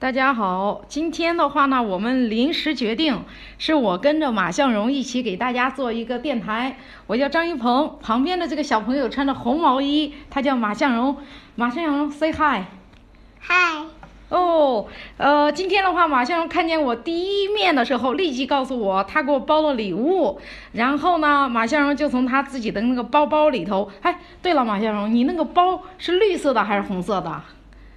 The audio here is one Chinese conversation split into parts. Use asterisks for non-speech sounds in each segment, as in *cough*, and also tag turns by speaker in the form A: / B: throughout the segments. A: 大家好，今天的话呢，我们临时决定，是我跟着马向荣一起给大家做一个电台。我叫张一鹏，旁边的这个小朋友穿着红毛衣，他叫马向荣。马向荣，say hi。
B: 嗨，
A: 哦，呃，今天的话，马向荣看见我第一面的时候，立即告诉我他给我包了礼物。然后呢，马向荣就从他自己的那个包包里头，哎，对了，马向荣，你那个包是绿色的还是红色的？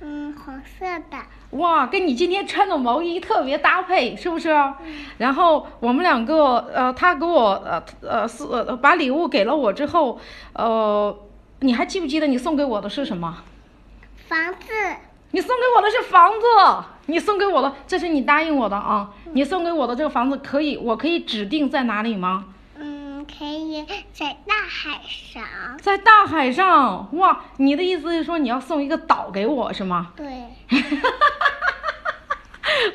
B: 嗯，红色的，
A: 哇，跟你今天穿的毛衣特别搭配，是不是？然后我们两个，呃，他给我，呃呃，是呃把礼物给了我之后，呃，你还记不记得你送给我的是什么？
B: 房子，
A: 你送给我的是房子，你送给我的，这是你答应我的啊。你送给我的这个房子可以，我可以指定在哪里吗？
B: 嗯，可以在大海上。
A: 在大海上。哇，你的意思是说你要送一个岛给我是吗？
B: 对，
A: *laughs*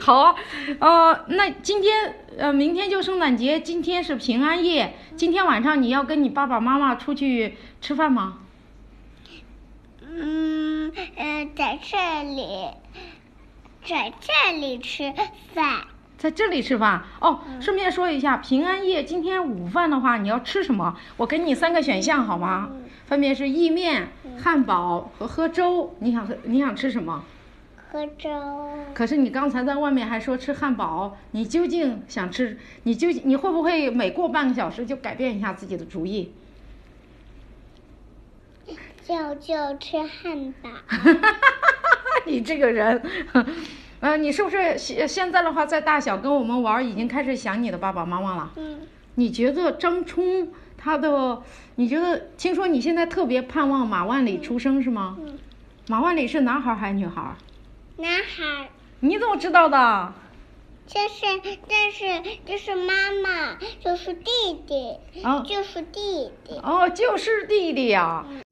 A: 好啊，呃，那今天呃，明天就圣诞节，今天是平安夜，今天晚上你要跟你爸爸妈妈出去吃饭吗？
B: 嗯呃，在这里，在这里吃饭，
A: 在这里吃饭哦。顺便说一下，平安夜今天午饭的话，你要吃什么？我给你三个选项好吗？分别是意面、汉堡和喝粥。你想喝？你想吃什么？
B: 喝粥。
A: 可是你刚才在外面还说吃汉堡，你究竟想吃？你究竟你会不会每过半个小时就改变一下自己的主意？
B: 就就吃汉堡，
A: *laughs* 你这个人，呃，你是不是现现在的话，在大小跟我们玩儿，已经开始想你的爸爸妈妈了？
B: 嗯，
A: 你觉得张冲他的，你觉得听说你现在特别盼望马万里出生是吗？
B: 嗯
A: 马万里是男孩儿还是女孩儿？
B: 男孩，
A: 你怎么知道的？
B: 这是这是这是妈妈，就是弟弟，
A: 哦
B: 就是弟弟，
A: 哦，就是弟弟呀、
B: 嗯